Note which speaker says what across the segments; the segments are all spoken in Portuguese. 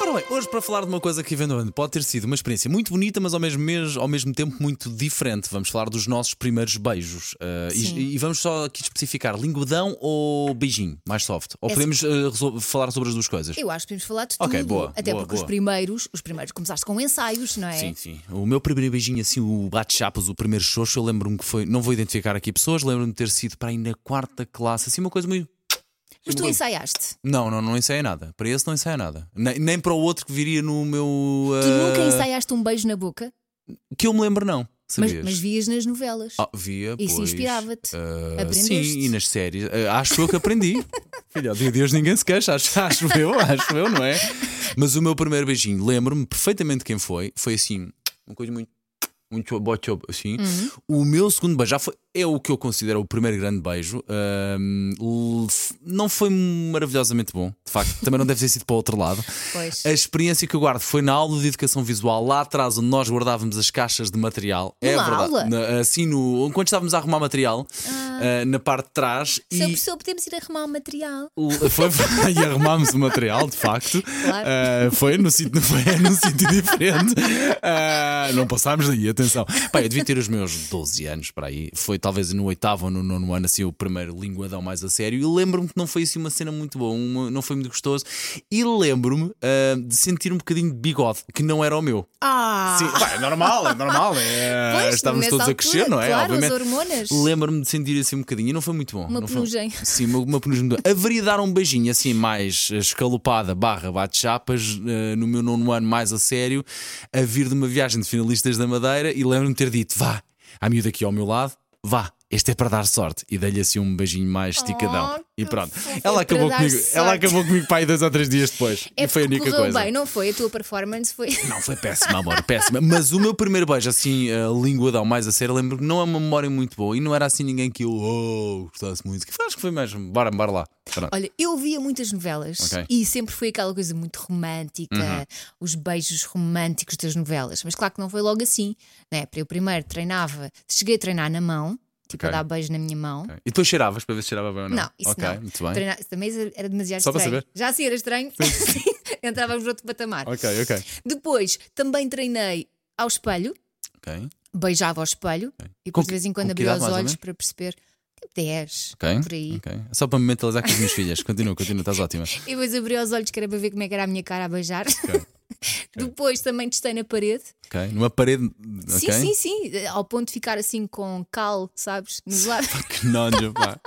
Speaker 1: Ora bem, hoje para falar de uma coisa que eventualmente pode ter sido uma experiência muito bonita, mas ao mesmo, mês, ao mesmo tempo muito diferente. Vamos falar dos nossos primeiros beijos. Ah, e, e vamos só aqui especificar: lingodão ou beijinho, mais soft? Ou podemos ah, resol- falar sobre as duas coisas?
Speaker 2: Eu acho que podemos falar de tudo.
Speaker 1: Ok, boa,
Speaker 2: Até
Speaker 1: boa,
Speaker 2: porque os
Speaker 1: boa.
Speaker 2: primeiros, os primeiros começaste com ensaios, não é?
Speaker 1: Sim, sim. O meu primeiro beijinho, assim, o bate-chapas, o primeiro xoxo, eu lembro-me que foi. Não vou identificar aqui pessoas, lembro-me de ter sido para aí na quarta classe, assim, uma coisa muito.
Speaker 2: Mas tu
Speaker 1: Sim.
Speaker 2: ensaiaste.
Speaker 1: Não, não, não ensaia nada. Para esse não ensaia nada. Nem, nem para o outro que viria no meu.
Speaker 2: Tu nunca
Speaker 1: ah,
Speaker 2: ensaiaste um beijo na boca,
Speaker 1: Que eu me lembro, não.
Speaker 2: mas,
Speaker 1: Sabias?
Speaker 2: mas vias nas novelas.
Speaker 1: Ah, via,
Speaker 2: Isso
Speaker 1: pois.
Speaker 2: inspirava-te.
Speaker 1: Ah,
Speaker 2: Aprendeste.
Speaker 1: sim, e nas séries. Ah, acho eu que aprendi. Filha, de Deus, ninguém se queixa. Acho, acho eu, acho eu, não é? Mas o meu primeiro beijinho, lembro-me perfeitamente quem foi. Foi assim, uma coisa muito. Muito bote assim.
Speaker 2: Uhum.
Speaker 1: O meu segundo beijo já foi, é o que eu considero o primeiro grande beijo. Ahm, l- f- não foi maravilhosamente bom, de facto. Também não deve ter sido para o outro lado.
Speaker 2: Pois.
Speaker 1: A experiência que eu guardo foi na aula de educação visual, lá atrás, onde nós guardávamos as caixas de material. é
Speaker 2: Numa
Speaker 1: verdade.
Speaker 2: aula?
Speaker 1: Na- assim, no, enquanto estávamos a arrumar material, ah, é na parte de trás.
Speaker 2: Se a
Speaker 1: e-
Speaker 2: pessoa podemos ir arrumar o material.
Speaker 1: L- Foi, foi- e arrumámos o material, de facto.
Speaker 2: Claro.
Speaker 1: Ah, foi no sítio, foi é num sítio diferente. Ah, não passámos daí, atenção. Pá, eu devia ter os meus 12 anos para aí. Foi talvez no oitavo ou no nono ano, assim, o primeiro linguadão mais a sério. E lembro-me que não foi assim uma cena muito boa, uma- não foi muito gostoso. E lembro-me ah, de sentir um bocadinho de bigode, que não era o meu.
Speaker 2: Ah!
Speaker 1: Sim, pá, é normal, é normal. é-
Speaker 2: Pois,
Speaker 1: estávamos
Speaker 2: nessa
Speaker 1: todos a
Speaker 2: altura,
Speaker 1: crescer, não é?
Speaker 2: claro, as
Speaker 1: Obviamente.
Speaker 2: hormonas.
Speaker 1: Lembro-me de sentir assim um bocadinho e não foi muito bom.
Speaker 2: Uma
Speaker 1: não foi-
Speaker 2: penugem.
Speaker 1: Sim, uma, uma penugem. do- Haveria dar um beijinho assim mais escalopada, barra, bate-chapas, eh, no meu nono ano mais a sério, a vir de uma viagem de finalistas da Madeira e lembro-me de ter dito: vá, à miúda aqui ao meu lado, vá. Este é para dar sorte. E dei-lhe assim um beijinho mais esticadão.
Speaker 2: Oh,
Speaker 1: e pronto.
Speaker 2: fofo.
Speaker 1: Ela
Speaker 2: É para
Speaker 1: acabou,
Speaker 2: dar
Speaker 1: comigo, ela
Speaker 2: sorte.
Speaker 1: acabou comigo pai dois ou três dias depois.
Speaker 2: É
Speaker 1: e foi a
Speaker 2: porque
Speaker 1: única
Speaker 2: correu
Speaker 1: coisa.
Speaker 2: bem, não foi? A tua performance foi.
Speaker 1: Não, foi péssima, amor, péssima. Mas o meu primeiro beijo, assim, a linguadão mais a sério, lembro que não é uma memória muito boa e não era assim ninguém que eu oh, gostasse muito. Que acho que foi mais. Bora, bora lá. Pronto.
Speaker 2: Olha, eu via muitas novelas
Speaker 1: Ok. Uhum.
Speaker 2: e sempre foi aquela coisa muito romântica, os beijos românticos das novelas. Mas claro que não foi logo assim, né? Eu primeiro treinava, cheguei a treinar na mão, tipo
Speaker 1: Ok.
Speaker 2: a dar beijo na minha mão.
Speaker 1: E depois cheiravas para ver se cheirava bem ou não?
Speaker 2: Não, isso
Speaker 1: Ok,
Speaker 2: não.
Speaker 1: muito bem.
Speaker 2: Treinar- também era- era demasiado
Speaker 1: Só para
Speaker 2: estranho.
Speaker 1: saber.
Speaker 2: Já assim era estranho. Entrávamos no outro patamar.
Speaker 1: Ok, ok.
Speaker 2: Depois também treinei ao espelho,
Speaker 1: Ok,
Speaker 2: beijava ao espelho e
Speaker 1: Com
Speaker 2: depois de
Speaker 1: que-
Speaker 2: vez em
Speaker 1: com
Speaker 2: quando
Speaker 1: que
Speaker 2: abria
Speaker 1: idade,
Speaker 2: os
Speaker 1: mais ou
Speaker 2: olhos
Speaker 1: menos?
Speaker 2: para perceber tipo 10,
Speaker 1: ok.
Speaker 2: por aí.
Speaker 1: ok. É Só para me mentalizar com as minhas filhas. Continua, continua, estás ótima.
Speaker 2: E depois abria os olhos que era para ver como é que era a minha cara a beijar. Depois também testei na parede.
Speaker 1: Ok. Numa parede. ok?
Speaker 2: Sim, sim, sim. Ao ponto de ficar assim com cal, sabes? Nos lábios.
Speaker 1: Que nojo, pá.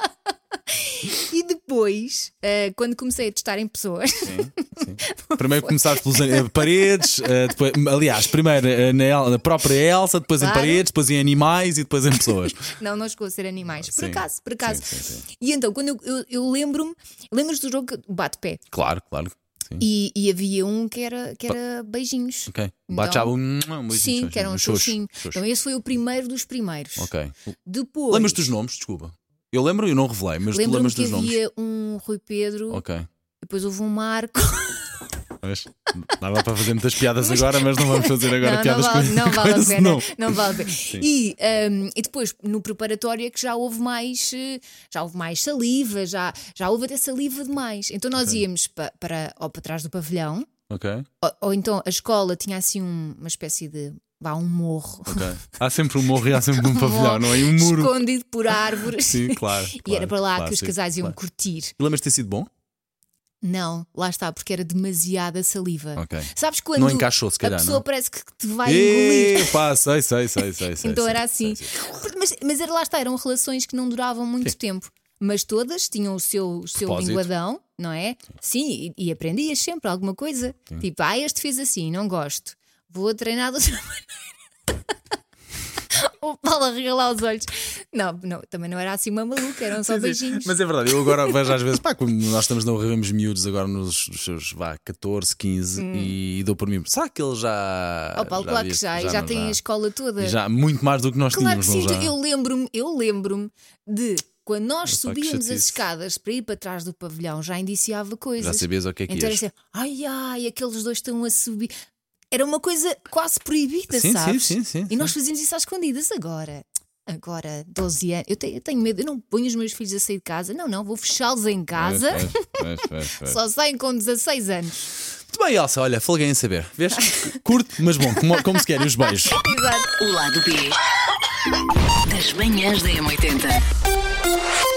Speaker 2: E depois, ah, quando comecei a testar em pessoas,
Speaker 1: Sim, sim. Primeiro começaste pelos eh, paredes, eh, depois, aliás, primeiro eh, na, El- na própria Elsa, depois em
Speaker 2: Claro.
Speaker 1: paredes, depois em animais e depois em pessoas.
Speaker 2: Não, não chegou a ser animais. Por
Speaker 1: Sim.
Speaker 2: acaso, por acaso.
Speaker 1: Sim, sim,
Speaker 2: E então, quando eu, eu, eu lembro-me, lembras do jogo do bate-pé?
Speaker 1: Claro, claro. Sim.
Speaker 2: E, e havia um que era, que era beijinhos.
Speaker 1: Ok. Bate já um. um beijinho,
Speaker 2: Então, Sim,
Speaker 1: xoxo,
Speaker 2: que era um
Speaker 1: xoxo,
Speaker 2: xoxinho.
Speaker 1: xoxo.
Speaker 2: Então, esse foi o primeiro dos primeiros.
Speaker 1: Ok.
Speaker 2: Depois,
Speaker 1: Lembras dos nomes? Desculpa. Eu lembro e eu não revelei, mas tu
Speaker 2: lembro-me
Speaker 1: lembras
Speaker 2: que
Speaker 1: dos nomes.
Speaker 2: havia um Rui Pedro,
Speaker 1: Ok.
Speaker 2: depois houve um Marco.
Speaker 1: Mas, dava para fazer muitas piadas agora, mas não vamos fazer agora
Speaker 2: não, não
Speaker 1: piadas
Speaker 2: vale,
Speaker 1: com
Speaker 2: não
Speaker 1: com
Speaker 2: vale a
Speaker 1: esse
Speaker 2: pena.
Speaker 1: nome.
Speaker 2: Não vale a pena. E, hum, e depois, no preparatório, é que já houve mais, eh, já houve mais saliva, já, já houve até saliva demais. Então nós íamos pa- para, ou para trás do pavilhão,
Speaker 1: Ok,
Speaker 2: ou, ou então a escola tinha assim um- uma espécie de. vá, um morro.
Speaker 1: ok. Há sempre um morro e há sempre um pavilhão, não é? E um muro.
Speaker 2: Escondido por árvores.
Speaker 1: Sim, claro.
Speaker 2: e era
Speaker 1: claro,
Speaker 2: para lá
Speaker 1: claro,
Speaker 2: que os
Speaker 1: sim,
Speaker 2: casais iam
Speaker 1: claro.
Speaker 2: curtir.
Speaker 1: E Lembras de ter sido bom?
Speaker 2: Não, lá está, porque era demasiada saliva.
Speaker 1: Ok.
Speaker 2: Sabes quando
Speaker 1: Não encaixou, se
Speaker 2: a
Speaker 1: calhar,
Speaker 2: pessoa
Speaker 1: não?
Speaker 2: parece que te vai engolir.
Speaker 1: E pá, sei, sei, sei, sei. sei,
Speaker 2: Então
Speaker 1: sei,
Speaker 2: era
Speaker 1: sei,
Speaker 2: assim.
Speaker 1: sei.
Speaker 2: Mas, mas era lá está, eram relações que não duravam muito tempo. Mas todas tinham o seu, o seu
Speaker 1: Propósito.
Speaker 2: linguadão, não é? Sim, e, e aprendias sempre alguma coisa. Tipo, ah, este fez assim, não gosto. Vou treinar de outra maneira. o Paulo a regalar os olhos. Não, não, também não era assim uma maluca, eram só
Speaker 1: Sim, sim.
Speaker 2: beijinhos.
Speaker 1: Mas é verdade, eu agora vejo às vezes, pá, quando nós estamos não revemos miúdos agora nos, nos seus vá, 14, 15 e dou por mim. Será que ele já.
Speaker 2: Hum. Ó, Paulo, claro que
Speaker 1: viste?
Speaker 2: já, e já
Speaker 1: não-
Speaker 2: tem a escola toda.
Speaker 1: já muito mais do que nós
Speaker 2: Claro
Speaker 1: tínhamos,
Speaker 2: que sim, então
Speaker 1: não já?
Speaker 2: eu lembro-me, eu lembro-me de quando nós
Speaker 1: Epá, que
Speaker 2: subíamos as
Speaker 1: chatice.
Speaker 2: escadas para ir para trás do pavilhão, já indiciava coisas.
Speaker 1: Já sabias o que é que
Speaker 2: Então era
Speaker 1: ias.
Speaker 2: assim, ai ai, aqueles dois estão a subir. Era uma coisa quase proibida,
Speaker 1: Sim, sim,
Speaker 2: sabes?
Speaker 1: sim, sim,
Speaker 2: E nós fazíamos isso às escondidas agora. agora 12 anos. Eu, te- eu tenho medo, eu não ponho os meus filhos a sair de casa. Não, não, vou fechá-los
Speaker 1: É,
Speaker 2: em casa.
Speaker 1: Pois, pois, pois, pois.
Speaker 2: Só saem com 16 anos.
Speaker 1: Muito bem, Elsa, olha, folguei em saber. Vês? Curto, mas bom, como, como se querem os beijos.
Speaker 2: Exato.
Speaker 3: O lado B das manhãs da M80.